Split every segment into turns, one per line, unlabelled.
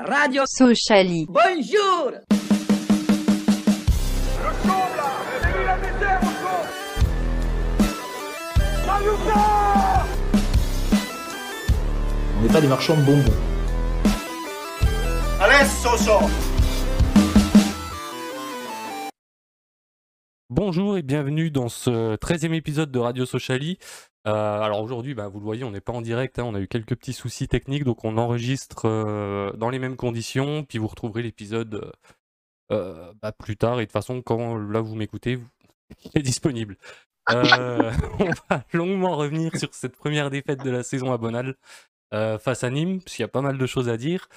Radio
Sociali.
Bonjour
On n'est pas des marchands de bonbons.
Adesso so!
Bonjour et bienvenue dans ce 13e épisode de Radio Sociali. Euh, alors aujourd'hui, bah, vous le voyez, on n'est pas en direct, hein, on a eu quelques petits soucis techniques, donc on enregistre euh, dans les mêmes conditions, puis vous retrouverez l'épisode euh, bah, plus tard, et de toute façon, quand là vous m'écoutez, vous- il est disponible. Euh, on va longuement revenir sur cette première défaite de la saison à Bonal euh, face à Nîmes, parce qu'il y a pas mal de choses à dire.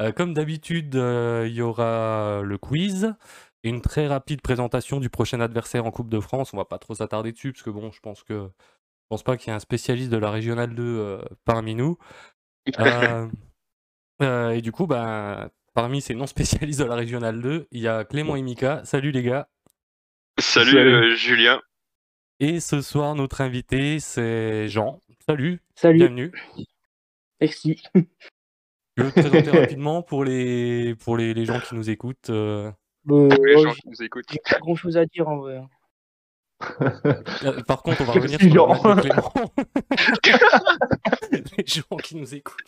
Euh, comme d'habitude, euh, il y aura le quiz une très rapide présentation du prochain adversaire en Coupe de France. On va pas trop s'attarder dessus, parce que bon, je pense que je pense pas qu'il y ait un spécialiste de la régionale 2 euh, parmi nous. Euh, euh, et du coup, ben, parmi ces non spécialistes de la régionale 2, il y a Clément et Mika. Salut les gars.
Salut,
Salut.
euh, Julien.
Et ce soir, notre invité, c'est Jean. Salut,
Salut,
bienvenue.
merci.
Je veux te présenter rapidement pour les, pour les, les gens qui nous écoutent. euh,
Bon,
Les
oh,
gens
j'ai-
qui nous écoutent.
j'ai pas grand chose à dire en vrai.
Euh, Par contre, on va
Quel
revenir sur le
client.
match de Clément. les gens qui nous écoutent.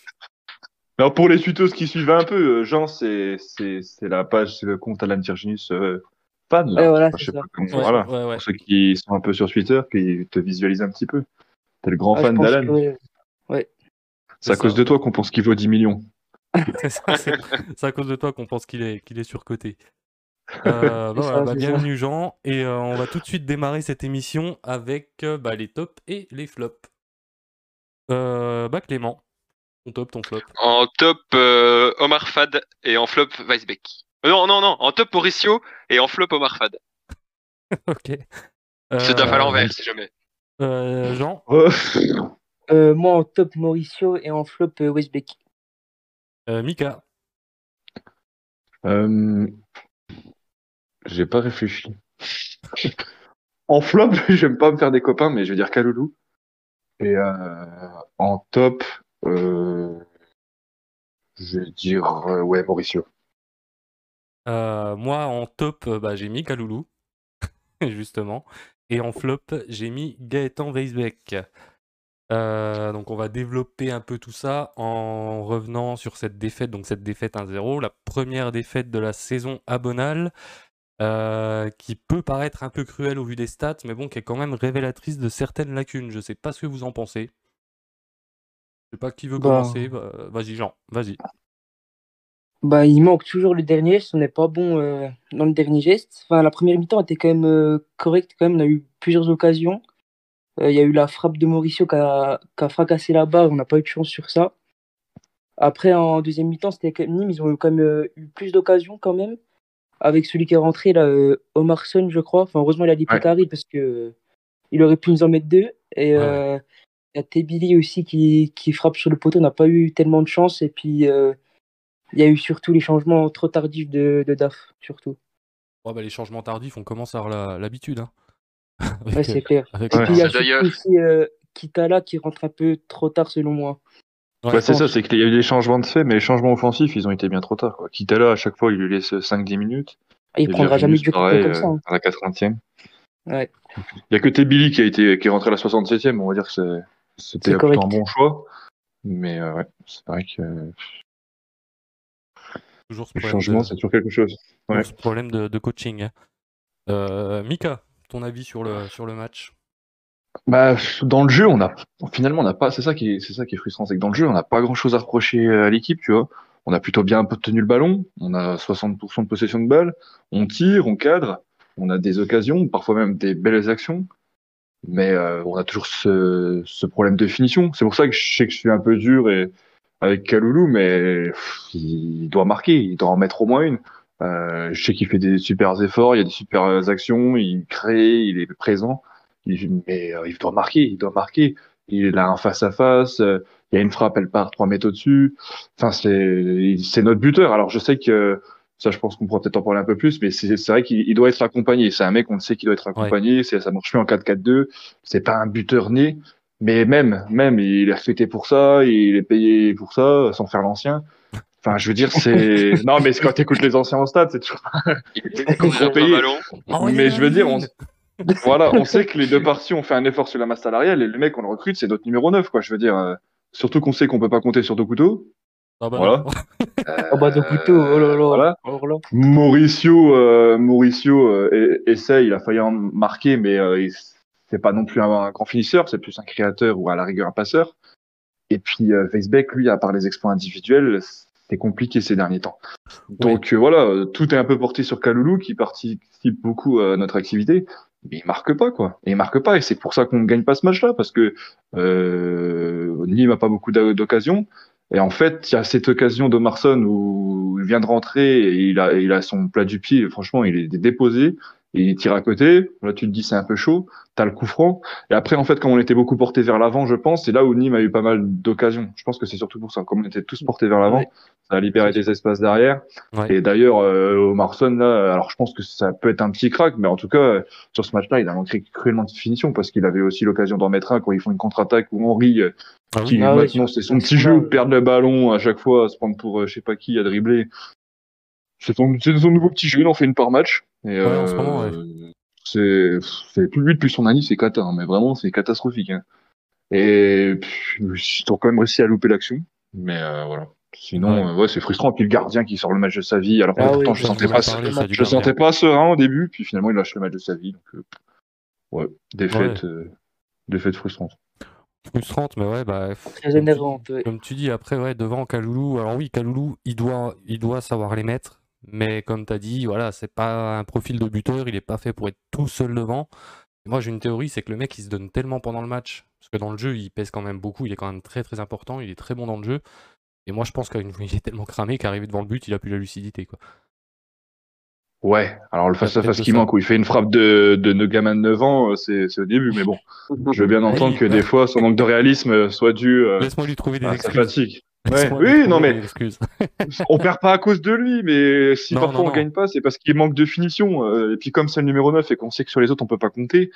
Alors pour les tutos qui suivent un peu, euh, Jean, c'est c'est c'est la page, c'est le compte Alan Virginus euh, fan là.
Ouais, voilà,
Enfin, je
c'est
sais
ça.
pas comment-
Ouais,
voilà.
ouais, ouais.
Pour ceux qui sont un peu sur Twitter, qui te visualisent un petit peu. T'es le grand
Ah, je
fan
pense
d'Alan.
que-
C'est à
C'est
cause
ça.
de toi qu'on pense qu'il vaut 10 millions.
C'est ça, c'est c'est à cause de toi qu'on pense qu'il est, qu'il est surcoté. Euh, bah
C'est ça,
voilà, bah,
c'est ça.
bienvenue Jean, et euh, on va tout de suite démarrer cette émission avec euh, bah, les tops et les flops. Euh, bah Clément, ton top, ton flop.
En top, euh, Omar Fad et en flop, Weisbeck. Euh, Non, non, non, en top, Mauricio et en flop, Omar Fad.
ok.
C'est taf à
Euh,
l'envers, si jamais.
euh, Jean,
Oh,
Euh, moi en top Mauricio et en flop euh, Westbeck.
euh, Mika,
euh, J'ai pas réfléchi. en flop, j'aime pas me faire des copains, mais je vais dire Kaloulou. Et euh, en top, euh, je vais dire euh, ouais Mauricio.
Euh, moi en top, euh, bah, j'ai mis Kaloulou, justement, et en flop, j'ai mis Gaëtan Weisbeck. Euh, donc on va développer un peu tout ça en revenant sur cette défaite, donc cette défaite 1-0, la première défaite de la saison abonale, euh, qui peut paraître un peu cruelle au vu des stats, mais bon, qui est quand même révélatrice de certaines lacunes. Je sais pas ce que vous en pensez. Je sais pas qui veut
Bah.
commencer. bah, vas-y Jean, vas-y.
Bah, il manque toujours le dernier geste, on n'est pas bon euh, dans le dernier geste. Enfin, la première mi-temps était quand même euh, correcte, quand même, on a eu plusieurs occasions. Euh, Il y a eu la frappe de Mauricio qui a, qui a fracassé la barre, on n'a pas eu de chance sur ça. Après, en deuxième mi-temps, c'était quand même Nîmes, ils ont eu quand même euh, eu plus d'occasions quand même. Avec celui qui est rentré, là, euh, Omarson, je crois. Enfin, heureusement, il a dit
Ouais.
Picari parce que euh, il aurait pu nous en mettre deux. Et
Ouais, ouais.
euh, il y a Tebili aussi qui, qui frappe sur le poteau, on n'a pas eu tellement de chance. Et puis. euh, il y a eu surtout les changements trop tardifs de, de DAF, surtout.
Ouais, bah, les changements tardifs, on commence à avoir la- l'habitude. hein. Avec,
Ouais,
euh,
c'est clair.
Avec
Ouais.
Puis il y a
C'est d'ailleurs-
surtout aussi euh, Kitala qui rentre un peu trop tard, selon moi.
Ouais,
Bah, c'est
pense.
ça, c'est qu'il y a eu des changements de fait, mais les changements offensifs, ils ont été bien trop tard. Quoi. Kitala, à chaque fois, il lui laisse 5-10 minutes.
Ah, il
Et
prendra
Virginus,
jamais du coup
pareil,
comme ça.
euh,
hein.
à la 80e.
Ouais.
Il y a que Tebili qui, a été, qui est rentré à la 67e, on va dire que c'est- c'était
C'est
plutôt un
correct.
bon choix. Mais euh, ouais, c'est vrai que euh,
toujours ce
le
problème
changement,
de-
c'est toujours quelque chose.
toujours
ouais.
ce problème de, de coaching. hein. Euh, Mika, ton avis sur le, sur le match
Bah, dans le jeu, on a finalement on n'a pas. C'est ça qui est, c'est ça qui est frustrant, c'est que dans le jeu, on n'a pas grand chose à reprocher euh, à l'équipe, tu vois. On a plutôt bien tenu le ballon, on a 60% de possession de balle, on tire, on cadre, on a des occasions, parfois même des belles actions, mais euh, on a toujours ce, ce problème de finition. C'est pour ça que je sais que je suis un peu dur et, avec Kaloulou, mais pff, il doit marquer, il doit en mettre au moins une. Euh, je sais qu'il fait des super efforts, il y a des super actions, il crée, il est présent. Il- mais euh, il doit marquer, il doit marquer. Il a un face à face, il y a une frappe, elle part trois mètres au-dessus. Enfin, c'est c'est notre buteur. Alors je sais que ça, je pense qu'on pourra peut-être en parler un peu plus, mais c'est c'est vrai qu'il il doit être accompagné. C'est un mec, on le sait qu'il doit être accompagné. C'est ça marche plus en 4-4-2. C'est pas un buteur né, mais même même il est recruté pour ça, il est payé pour ça, sans faire l'ancien. Enfin, je veux dire, c'est. non, mais c'est quand t'écoutes les anciens au stade, c'est toujours.
Il découvre
payé.
un ballon.
mais je veux dire, on... voilà, on sait que les deux parties ont fait un effort sur la masse salariale et le mec, on le recrute, c'est notre numéro 9, quoi. Je veux dire, euh, surtout qu'on sait qu'on peut pas compter sur deux couteaux.
Ah bah
Voilà.
non.
Oh bah, de couteau, oh là là.
Voilà.
Alors là,
Mauricio, euh, Mauricio euh, e- essaye, il a failli en marquer, mais euh, il- c'est pas non plus un, un grand finisseur, c'est plus un créateur ou à la rigueur un passeur. Et puis euh, Weisbeck, lui, à part les exploits individuels, c'est compliqué ces derniers temps. Donc euh, voilà, euh, tout est un peu porté sur Kaloulou qui participe beaucoup à notre activité, mais il marque pas quoi. Et il marque pas, et c'est pour ça qu'on ne gagne pas ce match-là parce que euh, Nîmes a pas beaucoup d'a- d'occasions. Et en fait, il y a cette occasion d'Omarson où il vient de rentrer et il a, et il a son plat du pied. Franchement, il est déposé. Et il tire à côté. Là, tu te dis, c'est un peu chaud. T'as le coup franc. Et après, en fait, comme on était beaucoup porté vers l'avant, je pense, c'est là où Nîmes a eu pas mal d'occasions. Je pense que c'est surtout pour ça. Comme on était tous portés vers l'avant,
Ouais.
ça a libéré des espaces derrière.
Ouais.
Et d'ailleurs, euh, Omarson, là, alors je pense que ça peut être un petit crack, mais en tout cas, euh, sur ce match-là, il a manqué cruellement de finition parce qu'il avait aussi l'occasion d'en mettre un quand ils font une contre-attaque où Henri, euh,
Ah oui.
qui
Ah ouais,
maintenant c'est son petit jeu, perdre le ballon à chaque fois, se prendre pour euh, je sais pas qui à dribbler. C'est son, c'est son nouveau petit jeu, il en fait une par match. Et, euh,
en ce moment, ouais.
C'est c'est- lui depuis son année, c'est cata, hein, mais vraiment c'est catastrophique. hein. Et pff, ils ont quand même réussi à louper l'action, mais euh, voilà. Sinon,
Ouais.
euh, ouais, c'est frustrant. Puis le gardien qui sort le match de sa vie, alors que
Ah oui,
pourtant je
ça,
sentais
on en
pas,
a
ça-
parlé,
ça, du
je
gardien.
sentais pas serein au début, puis finalement il lâche le match de sa vie. Donc, euh, ouais, défaite, euh, défaite frustrante.
Frustrante, mais ouais, bah. pff, comme
très
tu-
énervante. ouais.
Comme tu dis, après, ouais, devant Kaloulou, alors oui, Kaloulou, il doit, il doit savoir les mettre, mais comme tu as dit, voilà, c'est pas un profil de buteur, il est pas fait pour être tout seul devant. Moi, j'ai une théorie, c'est que le mec, il se donne tellement pendant le match, parce que dans le jeu, il pèse quand même beaucoup, il est quand même très très important, il est très bon dans le jeu, et moi, je pense qu'il est tellement cramé qu'arrivé devant le but, il a plus la lucidité, quoi.
Ouais, alors le
Ça peut être
face-à-face qui
ça.
manque, où il fait une frappe de, de, de gamin de 9 ans, euh, c'est c'est au début, mais bon, je veux bien entendre que
ouais.
des fois, son manque de réalisme euh, soit dû euh,
Laisse-moi lui trouver des
à sa
excuses.
fatigue. Ouais.
Laisse-moi lui
Oui, non,
trouver
mais
des excuses.
on perd pas à cause de lui, mais si
Non,
parfois
non,
on
non.
gagne pas, c'est parce qu'il manque de finition. euh, et puis comme c'est le numéro 9 et qu'on sait que sur les autres, on peut pas compter,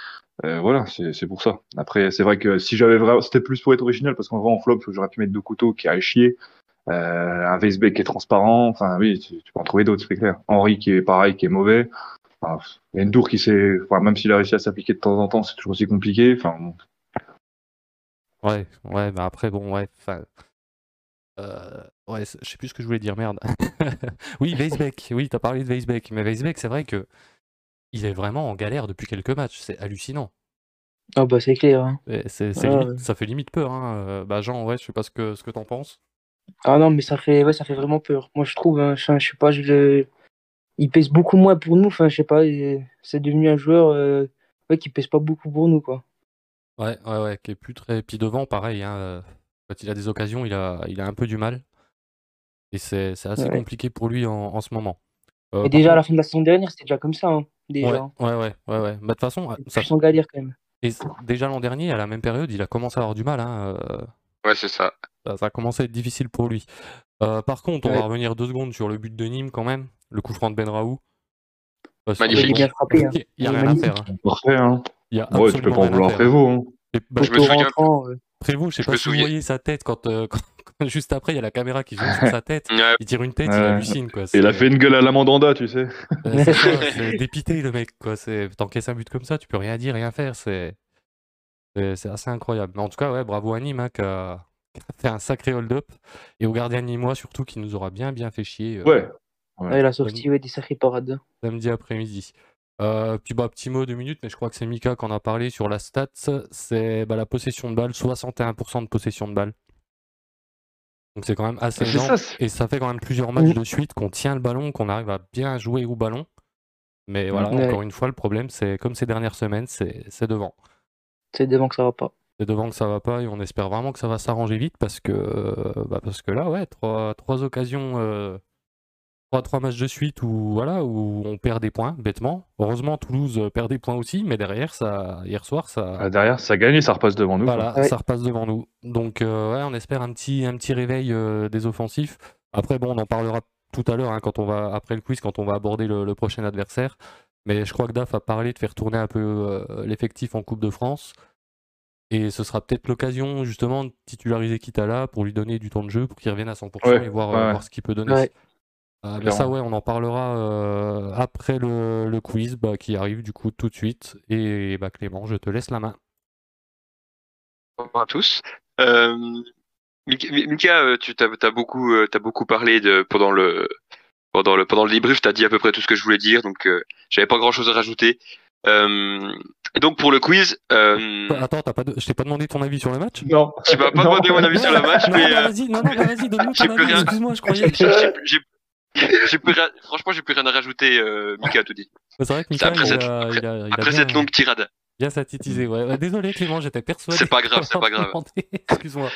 euh, voilà, c'est c'est pour ça. Après, c'est vrai que si j'avais vraiment... C'était plus pour être original, parce qu'en vrai, en flop, j'aurais pu mettre deux couteaux qui a chier. Euh, un Weisbeck qui est transparent, enfin oui, tu, tu peux en trouver d'autres, c'est clair. Henri qui est pareil, qui est mauvais. Enfin, Endur qui s'est, enfin, même s'il a réussi à s'appliquer de temps en temps, c'est toujours aussi compliqué. Enfin, bon.
Ouais, ouais, bah après, bon, ouais, enfin. euh, ouais, c'est- je sais plus ce que je voulais dire, merde. oui, Weisbeck, oui, t'as parlé de Weisbeck, mais Weisbeck, c'est vrai que il est vraiment en galère depuis quelques matchs, c'est hallucinant.
Ah bah c'est clair. hein.
Et C'est, c'est
Ouais,
limite- ça fait limite peur, hein. Euh, Bah, Jean, ouais, je sais pas ce que, ce que t'en penses.
Ah non, mais ça fait, ouais, ça fait vraiment peur. Moi, je trouve, hein, je, je sais pas, je le... il pèse beaucoup moins pour nous. Enfin, je sais pas, et c'est devenu un joueur euh, ouais, qui pèse pas beaucoup pour nous, quoi.
Ouais, ouais, ouais, qui est plus très. Puis devant, pareil, hein, euh, quand il a des occasions, il a, il a un peu du mal. Et c'est, c'est assez
Ouais.
compliqué pour lui en, en ce moment. Euh,
Et
par
déjà, à la
contre-
fin de la saison dernière, c'était déjà comme ça, hein, déjà.
ouais,
hein.
ouais, ouais, ouais, ouais. Bah, de toute façon,
Plus
ça,
en galère quand même.
Et c- déjà l'an dernier, à la même période, il a commencé à avoir du mal. hein, euh,
Ouais, c'est ça.
ça, ça a commencé à être difficile pour lui. Euh, par contre, on
Ouais.
va revenir deux secondes sur le but de Nîmes quand même. Le coup franc de Ben Raoult. Parce que-
Il est
Magnifique.
bien frappé. Hein.
Il n'y a
Il est
rien à faire.
magnifique.
hein.
parfait, hein.
Il y a
Ouais, tu peux
absolument
pas en
rien à
vouloir
faire.
Prévost, hein.
Et- bah,
Je me
Poteau
souviens-
rentrant, euh,
Prévost, je sais
je
pas
me
si vous
souviens-
voyez sa tête quand, euh, quand- quand juste après, il y a la caméra qui zoome sur sa tête.
Ouais,
Il tire une tête, il
Ouais.
hallucine. Quoi.
Et il a
C'est-
fait une gueule à la mandanda, tu sais.
euh, c'est ça, c'est dépité le mec. quoi. C'est- T'encaisses un but comme ça, tu peux rien dire, rien faire. C'est c'est- c'est assez incroyable. Mais en tout cas, ouais, bravo à Nîmes hein, qui a qui a fait un sacré hold-up. Et au gardien nîmois surtout qui nous aura bien bien fait chier euh,
Ouais.
ouais, il a sorti ouais, des sacrées parades.
samedi après-midi. Euh, puis bah, petit mot, deux minutes, mais je crois que c'est Mika qui en a parlé sur la stat. C'est bah, la possession de balle, 61% de possession de balle. Donc c'est quand même assez
C'est
énorme.
ça, c'est-
Et ça fait quand même plusieurs matchs de suite qu'on tient le ballon, qu'on arrive à bien jouer au ballon. Mais voilà,
Ouais.
encore une fois, le problème, c'est comme ces dernières semaines, c'est c'est devant.
C'est devant que ça va pas.
C'est devant que ça va pas et on espère vraiment que ça va s'arranger vite parce que, euh, bah, parce que là, ouais, trois, trois occasions, euh, trois, trois matchs de suite où, voilà, où on perd des points, bêtement. Heureusement, Toulouse euh, perd des points aussi, mais derrière, ça, hier soir, ça,
Ah, derrière, ça gagne et ça repasse devant nous.
voilà,
Ouais.
ça repasse devant nous. Donc euh, ouais, on espère un petit, un petit réveil euh, des offensifs. Après, bon, on en parlera tout à l'heure hein, quand on va après le quiz, quand on va aborder le, le prochain adversaire. Mais je crois que Daf a parlé de faire tourner un peu euh, l'effectif en Coupe de France. Et ce sera peut-être l'occasion justement de titulariser Kitala pour lui donner du temps de jeu, pour qu'il revienne à 100%
Ouais,
et voir,
ouais,
euh,
ouais.
voir ce qu'il peut donner.
Ouais.
Euh, mais
Clairement.
ça, ouais, on en parlera euh, après le, le quiz bah, qui arrive du coup tout de suite. Et bah, Clément, je te laisse la main.
Bonjour à tous. Euh, Mika- Mi- Mika, euh, tu t'as as beaucoup, euh, t'as beaucoup parlé de, pendant le pendant le pendant le débrief. T'as dit à peu près tout ce que je voulais dire, donc euh, j'avais pas grand chose à rajouter. Euh, et donc pour le quiz, euh,
Bah,
Ah.
Attends, t'as pas de- je t'ai pas demandé ton avis sur le match
Non.
tu m'as pas demandé mon avis sur le match,
Non,
mais
bah,
euh,
vas-y, non, non, bah, vas-y, donne-nous
J'ai
ton
plus
avis,
rien.
excuse-moi, je croyais.
j'ai- j'ai- j'ai- j'ai plus rien- franchement, j'ai plus rien à rajouter, euh, Mika, tout dit.
C'est vrai que Mika,
Après
il,
cette-
a, il a- il a
Après
bien,
cette longue tirade.
bien satitisé. Ouais. Ouais, Désolé Clément, j'étais persuadé.
C'est pas grave,
qu'on
c'est pas grave.
l'entendait. Excuse-moi.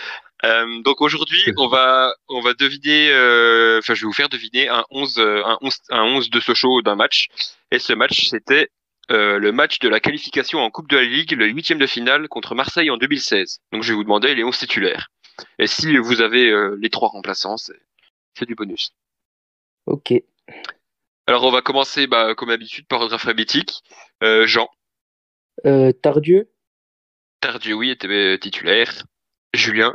Euh, donc aujourd'hui, on va on va deviner euh, enfin je vais vous faire deviner un 11 euh, un 11 un 11 de Sochaux d'un match et ce match c'était euh, le match de la qualification en Coupe de la Ligue, le huitième de finale contre Marseille en 2016. Donc je vais vous demander les 11 titulaires. Et si vous avez euh, les trois remplaçants, c'est c'est du bonus.
Ok.
Alors on va commencer bah, comme d'habitude par ordre alphabétique. Euh, Jean
Euh, Tardieu,
Tardieu était euh, titulaire. Julien,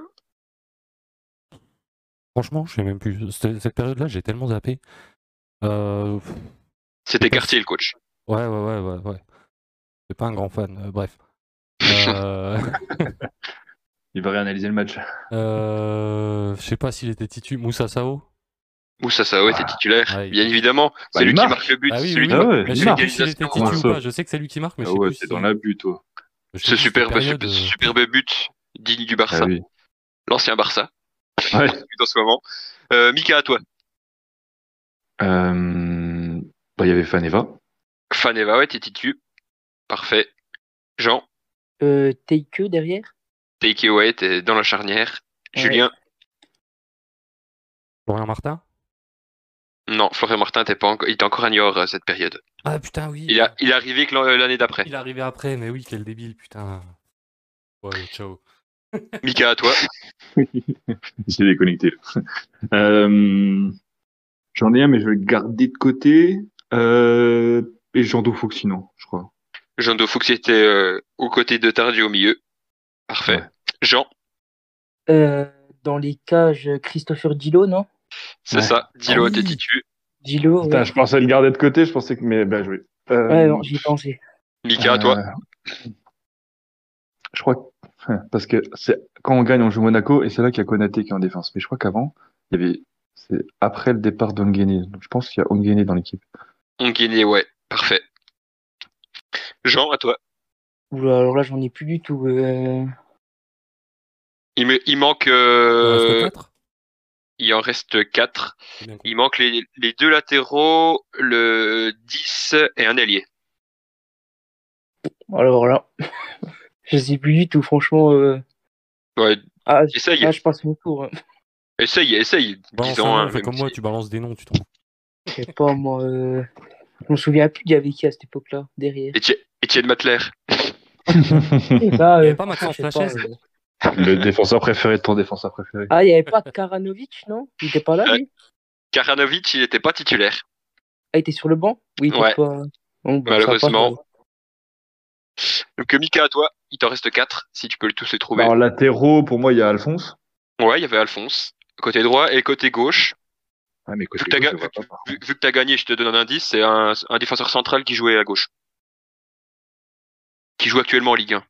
Franchement, je sais même plus. Cette, cette période-là, j'ai tellement zappé. Euh, pff,
c'était Cartier le coach.
ouais, ouais, ouais, ouais, ouais. C'est pas un grand fan. euh, bref. Euh,
Il va réanalyser le match.
euh, je sais pas s'il était titu. Moussa Sao.
Moussa Sao était titulaire,
Ouais.
bien évidemment. C'est
Bah, il
lui
marque.
qui marque le but,
Ah oui,
celui
oui,
qui
Ah ouais,
Mais
il
je sais
marque.
plus s'il était titu
Comment
ou
ça
pas. Je sais que c'est Ah, lui qui marque, mais je
Ah
sais
ouais,
plus.
c'est
si-
dans l'abus, toi.
je sais
Ce
plus si
superbe,
période,
superbe,
euh,
superbe but digne du Barça,
Ah oui. Ah
l'ancien Barça,
Ouais.
dans ce moment. Euh, Mika, à toi.
Euh, bah, il y avait Faneva.
Faneva, ouais, t'es titu. Parfait. Jean,
euh, Teike derrière.
take away, t'es dans la charnière.
Ouais.
Julien,
Florian Martin.
non, Florian Martin, t'es pas encore, il était encore à Niort à cette période.
Ah putain, oui.
Il, a, il est arrivé que l'an- euh, l'année d'après.
Il est arrivé après, mais oui, quel débile, putain. Ouais, ciao.
Mika, à toi.
J'ai déconnecté. là. Euh, j'en ai un, mais je vais le garder de côté. Euh, et Jean Foxino, je crois.
Jean de Fuchs était euh, aux côtés de Tardy au milieu. Parfait.
Ouais.
Jean,
Euh, dans les cages, euh, Christopher Dilo, non
c'est
Ouais.
ça. Dilo,
Ah oui.
t'es titu.
Dilo, ouais.
Putain, je pensais le garder de côté, je pensais que. Mais bien joué. Euh,
Ouais, non, j'y ai pensé.
Mika, à toi.
euh, Je crois que- parce que c'est quand on gagne, on joue Monaco et c'est là qu'il y a Konaté qui est en défense. Mais je crois qu'avant, il y avait c'est après le départ d'Ongene. Donc je pense qu'il y a Ongene dans l'équipe.
On gagnait, ouais. Parfait. Jean, à toi.
Oula, alors là, j'en ai plus du tout. Euh...
Il, me, il manque.
Il en reste Bah,
euh,
quatre
il en reste 4.
J'ai bien compris.
Il manque les, les deux latéraux, le 10 et un ailier.
Alors là, je sais plus du tout, franchement. Euh...
Ouais,
Ah, je-
Essaye.
ah, je passe mon tour. hein.
essaye, essaye.
Balance
Disons,
un nom,
hein,
fais
même
comme moi,
si-
tu balances des noms, tu t'en fous.
Je sais pas, moi. Euh... Je me souviens plus, il y avait qui à cette époque-là, derrière.
Éti- Étienne Matler.
Et bah,
Il y avait
euh,
pas Maxence
je sais pas,
Lachaise
euh,
le défenseur préféré de ton défenseur préféré.
Ah, il n'y avait pas Karanovic, non Il était pas là, lui
Karanovic, il n'était pas titulaire.
Ah, il était sur le banc Oui, il était
Ouais.
pas. Bon, bah,
Malheureusement.
ça passe,
Donc, Mika, à toi, il t'en reste 4, si tu peux le tous les trouver.
Alors latéraux, pour moi, il y a Alphonse.
Ouais, il y avait Alphonse, côté droit et côté gauche.
Ah, mais côté
Vu que t'as
gauche,
ga-
je vois pas, par
Vu, vu que tu as gagné, je te donne un indice, c'est un, un défenseur central qui jouait à gauche. Qui joue actuellement en Ligue 1.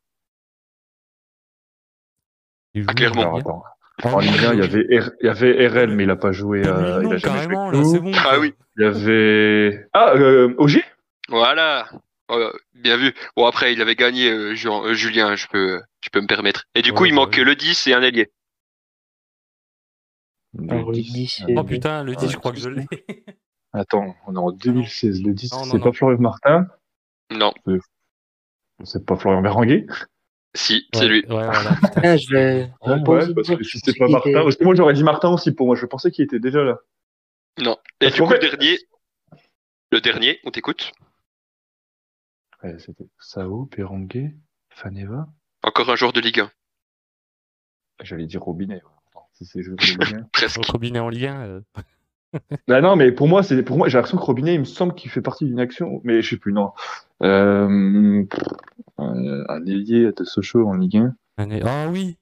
Il joue,
Ah, clairement.
il joue
contre.
bien.
Alors, attends. En Ligue 1, il y avait R- il y avait RL, mais il a pas joué.
Donne-lui
euh,
le
il
nom,
a jamais joué.
carrément,
avec
là,
nous.
c'est bon.
Ah oui.
Il y avait ah euh, Ogier
Voilà. Euh, bien vu. Bon après il avait gagné euh, Jean- euh, Julien, je peux euh, je peux me permettre. Et du coup,
Ouais,
il
bah
manque
oui.
le 10 et un ailier.
Alors,
Ah,
les 10,
Oh
euh,
putain, le 10, je crois que je l'ai.
Attends, on est en 2016. Le 10,
Non, non,
c'est
non.
pas Florian Martin,
Non,
c'est pas Florian Berenguer.
si,
Ouais,
c'est lui.
Ouais, voilà, putain.
Putain, Ah, je vais-
Oh,
pas osé
Ah, parce
dire
que si
parce
c'était pas
qu'il
Martin,
était-
parce que moi j'aurais dit Martin aussi pour moi, je pensais qu'il était déjà là.
Non. Et
Parce
du
qu'en
coup, le
fait-
dernier le dernier, on t'écoute.
Ouais, c'était Sao, Berenguer, Faneva.
Encore un joueur de Ligue 1,
J'allais dire Robinet. ouais. Attends, Si c'est le jeu de Robinet.
presque.
Robinet en Ligue 1. euh.
Bah non, mais pour moi, c'est pour moi, j'ai l'impression que Robinet, il me semble qu'il fait partie d'une action, mais je sais plus, non. Euh, euh, un ailier de Sochaux en Ligue 1.
Année- Ah oui,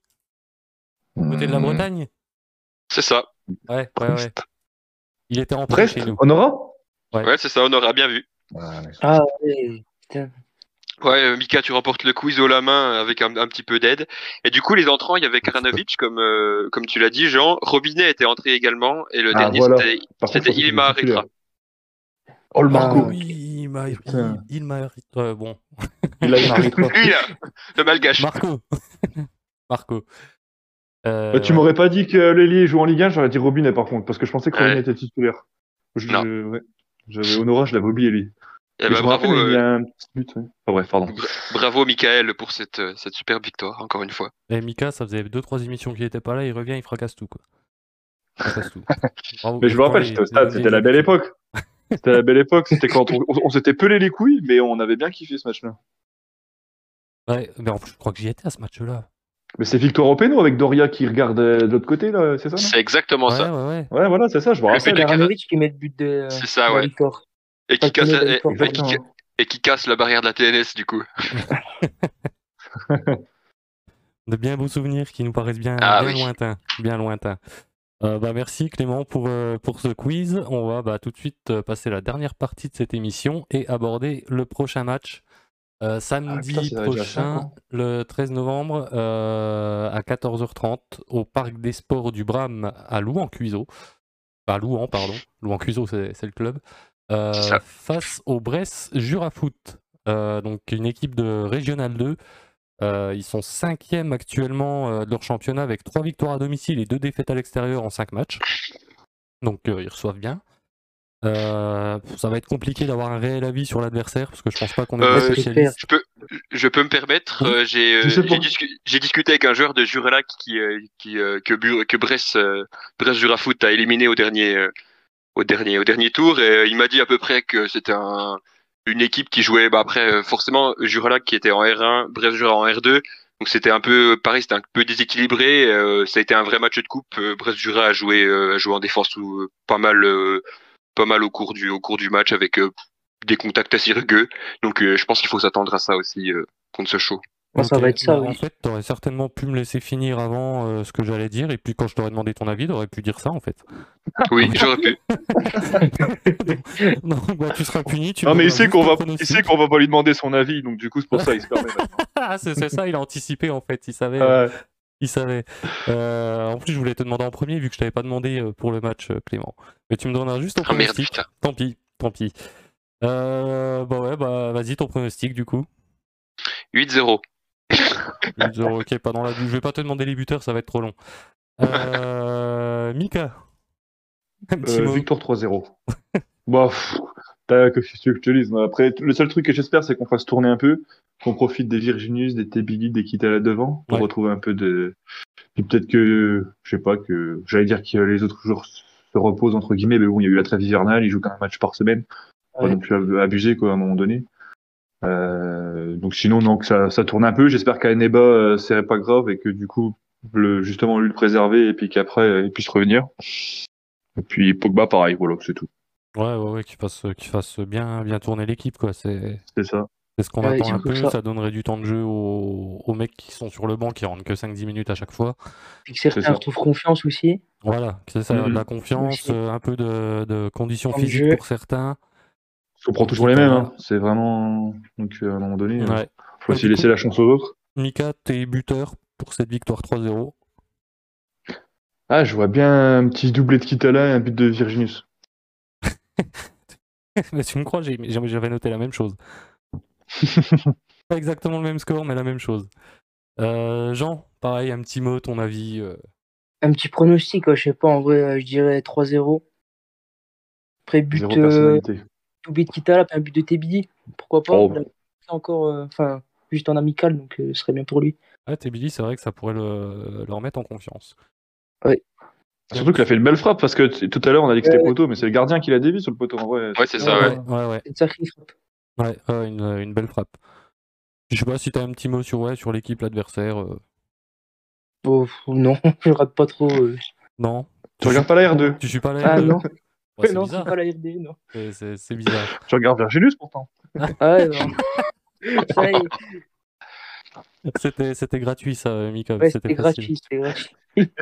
côté de la
Hmm.
Bretagne.
C'est ça.
Ouais, ouais, ouais. Il était en prêt
Brest,
chez nous.
on aura
Ouais.
Ouais, c'est ça, on aura bien vu.
Ah ouais.
Ouais, euh, Mika, tu remportes le quiz haut la main euh, avec un, un petit peu d'aide. Et du coup, les entrants, il y avait Karanovic, comme, euh, comme tu l'as dit, Jean. Robinet était entré également. Et le
Ah,
dernier,
voilà.
c'était
Par
C'était
contre, je pense que
Ilmar
c'est titulaire.
Ekra.
Oh le
Ah
Marco
oui, il m'a. Il,
Putain.
il m'a. euh, bon,
Il a marqué
Euh,
trois.
lui, là, le malgache.
Marco. Marco. Euh,
Bah, tu
ouais.
m'aurais pas dit que l'ailier joue en Ligue 1, j'aurais dit Robinet par contre, parce que je pensais que
Ouais.
Robinet était titulaire. Je- ouais. J'avais Honora, je l'avais oublié lui.
Eh
Mais
ben,
je me
bravo,
rappelle, il y
euh,
a un petit but. ouais. Ah ouais, pardon.
bravo, Michael, pour cette, euh, cette superbe victoire, encore une fois.
Et Eh, Mika, ça faisait 2-3 émissions qu'il était pas là, il revient, il fracasse tout. Quoi. Il fracasse tout. Bravo.
Mais je me rappelle, j'étais au stade, c'était la belle époque. C'était la belle époque, c'était quand on, on- on s'était pelé les couilles, mais on avait bien kiffé ce match-là.
Ouais, mais en plus, je crois que j'y étais à ce match-là.
Mais c'est victoire au péno avec Doria qui regarde euh, de l'autre côté, là, c'est ça non
C'est exactement
ouais,
ça.
ouais, ouais.
Ouais, voilà, c'est ça, je me
Le
rappelle.
but de
Karanovic qui met le but de euh,
C'est ça,
de
ouais.
Victor.
Et qui,
Pas
casse,
le premier,
et,
d'accord.
et qui, ca- et qui casse la barrière de la TNS, du coup.
De bien beaux souvenirs qui nous paraissent bien,
Ah
bien
oui.
lointains. Bien lointains. Euh, bah, merci Clément pour, euh, pour ce quiz. On va bah, tout de suite euh, passer la dernière partie de cette émission et aborder le prochain match.
Ah,
Euh, samedi
putain, c'est déjà cinq
hein.
prochain,
ans.
le 13 novembre, euh, à 14h30, au Parc des Sports du Bram à Louan-Cuiseau. Enfin, Louan, pardon. Louan-Cuiseau, c'est c'est le club. Euh,
C'est ça.
face au Bresse Jurafoot, euh, donc une équipe de Régional 2. Euh, ils sont cinquièmes actuellement euh, de leur championnat avec trois victoires à domicile et deux défaites à l'extérieur en cinq matchs. Donc euh, ils reçoivent bien. Euh, ça va être compliqué d'avoir un réel avis sur l'adversaire parce que je pense pas qu'on est
Euh,
des spécialistes.
Je peux, je peux me permettre.
Oui.
euh, j'ai, euh,
Hein Je sais
j'ai,
pas.
discu- j'ai discuté avec un joueur de Jurelac qui, euh, qui, euh, que, Bu- que Brest, euh, Brest Jurafoot a éliminé au dernier, euh, au dernier, au dernier tour, et euh, il m'a dit à peu près que c'était un, une équipe qui jouait. Bah après, euh, forcément, Jurelac qui était en R1, Brest Jura en R2. Donc c'était un peu pareil, c'était un peu déséquilibré. euh, ça a été un vrai match de coupe. euh, Brest Jura a joué, euh, a joué en défense ou euh, pas mal, euh, pas mal au cours du, au cours du match avec euh, des contacts assez rugueux. Donc euh, je pense qu'il faut s'attendre à ça aussi euh, contre ce show.
Ouais, ça
Ok,
va être ça,
bah,
oui.
En fait, t'aurais certainement pu me laisser finir avant euh, ce que j'allais dire, et puis quand je t'aurais demandé ton avis, t'aurais pu dire ça en fait.
Oui, j'aurais pu.
non, bah, tu seras puni. Tu
Non, mais il
donneras
sait
juste
qu'on
ton
va, il
pronostic.
sait qu'on va pas lui demander son avis, donc du coup, c'est pour ça, il se permet.
Ah, c'est c'est ça, il a anticipé en fait, il savait. euh,
Ouais.
Il savait. Euh, en plus, je voulais te demander en premier, vu que je t'avais pas demandé euh, pour le match, euh, Clément. Mais tu me donneras juste ton
Ah merde,
pronostic.
putain.
Tant pis, tant pis. Euh, bah ouais, bah vas-y, ton pronostic du coup.
8-0.
Je vais te dire, ok, pas dans la boue. Je vais pas te demander les buteurs, ça va être trop long. Euh, Mika. Un petit
Euh,
mot.
victoire 3-0. bah, pff, t'as que si tu veux que je te lise. moi. Après, t- le seul truc que j'espère, c'est qu'on fasse tourner un peu, qu'on profite des Virginius, des Tebili, des Kitala devant, pour
Ouais.
retrouver un peu de. Puis peut-être que, je sais pas, que j'allais dire que les autres joueurs s- se reposent entre guillemets, mais bon, il y a eu la trêve hivernale, ils jouent quand même un match par semaine. Pas
Ouais.
non plus ab- abusé quoi à un moment donné. Euh, donc sinon, donc ça, ça tourne un peu. J'espère qu'à Eneba, euh, c'est pas grave et que du coup, le, justement, lui le préserver et puis qu'après, euh, il puisse revenir. Et puis Pogba, pareil, voilà, c'est tout.
Ouais, ouais, ouais, qu'il fasse, qu'il fasse bien, bien tourner l'équipe, quoi. C'est
C'est ça.
c'est ce qu'on
Ouais,
attend un
surtout
peu. Ça.
ça.
donnerait du temps de jeu aux, aux mecs qui sont sur le banc, qui rentrent que 5-10 minutes à chaque fois.
Puis que
C'est ça.
certains retrouvent confiance aussi.
Voilà, c'est ça,
Mhm.
de la confiance,
Aussi.
euh, un peu de, de conditions
Dans le
physiques
jeu.
pour certains.
Parce qu'on prend toujours les mêmes. Hein. C'est vraiment. Donc euh, à un moment donné, euh,
Ouais.
faut aussi laisser la chance aux autres.
Mika, t'es buteur pour cette victoire 3-0.
Ah, je vois bien un petit doublé de Kitala et un but de Virginius.
Mais Bah, tu me crois, j'ai- j'ai- j'avais noté la même chose. Pas exactement le même score, mais la même chose. Euh, Jean, pareil, un petit mot, ton avis. euh,
Un petit pronostic, quoi, je sais pas, en vrai, euh, je dirais 3-0. Après, but,
Zéro
euh,
personnalité.
tout but de Kitala, puis un but de Tebidi. Pourquoi pas
Oh.
Il a fait encore, euh, enfin, juste en amical, donc euh, ce serait bien pour lui.
Ah, Tebili, c'est vrai que ça pourrait le, le remettre en confiance.
Surtout qu'il a fait une belle frappe parce que t- tout à l'heure on a dit que c'était
Ouais.
poteau, mais c'est le gardien qui l'a dévié sur le poteau en vrai.
Ouais, c'est ça,
ouais.
ouais.
ouais, ouais.
C'est une sacrée frappe.
Ouais, ouais, une, une belle frappe. Je sais pas si t'as un petit mot sur, ouais, sur l'équipe, l'adversaire. euh,
Oh, pff, non, je rate pas trop. euh.
Non.
Tu regardes pas la R2.
Tu suis pas là
Ah
euh,
non,
ouais, C'est
non, c'est
bizarre.
pas la RD, non.
C'est- C'est c'est bizarre.
Tu regardes Virginius pourtant.
Ah ouais, non. Ça y est.
C'était, c'était gratuit ça, Mika.
Ouais,
c'était
c'était
facile.
gratuit, c'était gratuit.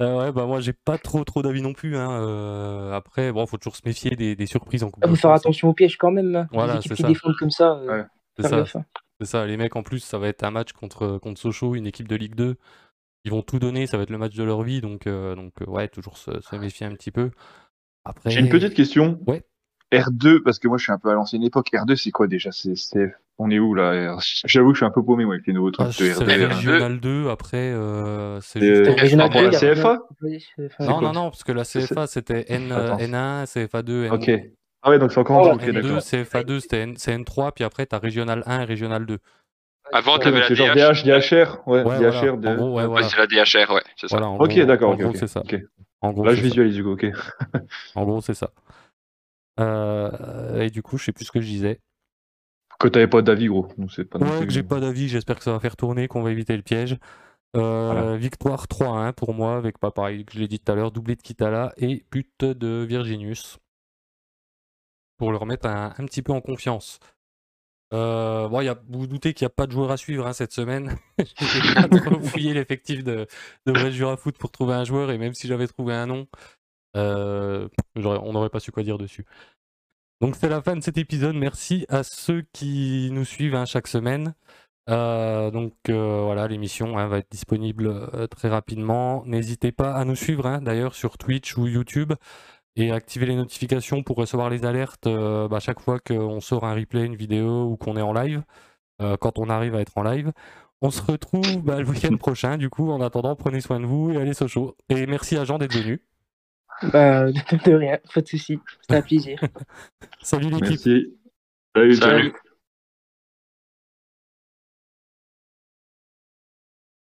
Euh, ouais, bah moi j'ai pas trop trop d'avis non plus. Hein. euh, après, bon, faut toujours se méfier des, des surprises en Coupe
Il
de
Ah, faut faire
France, hein.
attention aux pièges quand même. hein.
Voilà,
les
c'est
équipes qui
ça.
défendent comme ça, euh,
Ouais.
C'est
faire
ça,
gaffe, hein.
c'est ça. Les mecs en plus, ça va être un match contre, contre Sochaux, une équipe de Ligue 2. Ils vont tout donner, ça va être le match de leur vie. Donc, euh, donc euh, ouais, toujours se, se méfier un petit peu. Après,
J'ai une petite question.
Ouais.
R2, parce que moi je suis un peu à l'ancienne époque. R2, c'est quoi déjà C'est- c'est- On est où là J'avoue que je suis un peu paumé moi, avec les nouveaux trucs
ah,
de
c'est la
R2.
R2.
Régionale 2. Après, euh, c'est
Euh,
juste.
Pour Régional
Pour la
deux, il y a
CFA
rien à proposer, c'est- enfin,
Non,
quoi
non, non, parce que la
C'est-
CFA c'était N,
Attends.
N1, CFA2, N...
Ok. Ah ouais, donc c'est encore un
Oh,
truc. Ok,
N2,
d'accord.
CFA2, c'était N... c'est N3, puis après t'as Régional 1 et Régional 2.
Avant,
Ok,
t'avais
donc
la
C'est genre
DH.
DH, DHR. Ouais,
Ouais, voilà.
DHR.
En gros, ouais,
Ouais,
voilà.
c'est la DHR, ouais, c'est ça.
Voilà, en
Ok,
gros-
d'accord.
En
ok,
gros,
ok.
c'est ça.
Ok.
En gros,
Là,
c'est
je
ça.
visualise, Hugo. Ok.
En gros, c'est ça. Euh, et du coup, je sais plus ce que je disais.
Que t'avais pas d'avis, gros. Donc, c'est pas non
Ouais,
plus-
que j'ai pas d'avis, j'espère que ça va faire tourner, qu'on va éviter le piège. Euh,
Voilà.
Victoire 3-1 pour moi, avec pas pareil que je l'ai dit tout à l'heure, doublé de Kitala et pute de Virginius. Pour le remettre un, un petit peu en confiance. Euh, bon, il y a, vous vous doutez qu'il n'y a pas de joueur à suivre hein, cette semaine. J'ai pas trop fouillé l'effectif de, de Brest Jura Foot pour trouver un joueur, et même si j'avais trouvé un nom, euh, j'aurais- on n'aurait pas su quoi dire dessus. Donc c'est la fin de cet épisode. Merci à ceux qui nous suivent hein, chaque semaine. Euh, donc euh, voilà, l'émission hein, va être disponible euh, très rapidement. N'hésitez pas à nous suivre hein, d'ailleurs sur Twitch ou YouTube et à activer les notifications pour recevoir les alertes euh, bah, chaque fois qu'on sort un replay, une vidéo ou qu'on est en live, euh, quand on arrive à être en live. On se retrouve bah, le week-end prochain, du coup. En attendant, prenez soin de vous et allez Sochaux. Et merci à Jean d'être venu.
Bah, de de rien, pas de soucis. C'était un plaisir.
Salut l'équipe.
Merci. Salut. ciao.
Salut.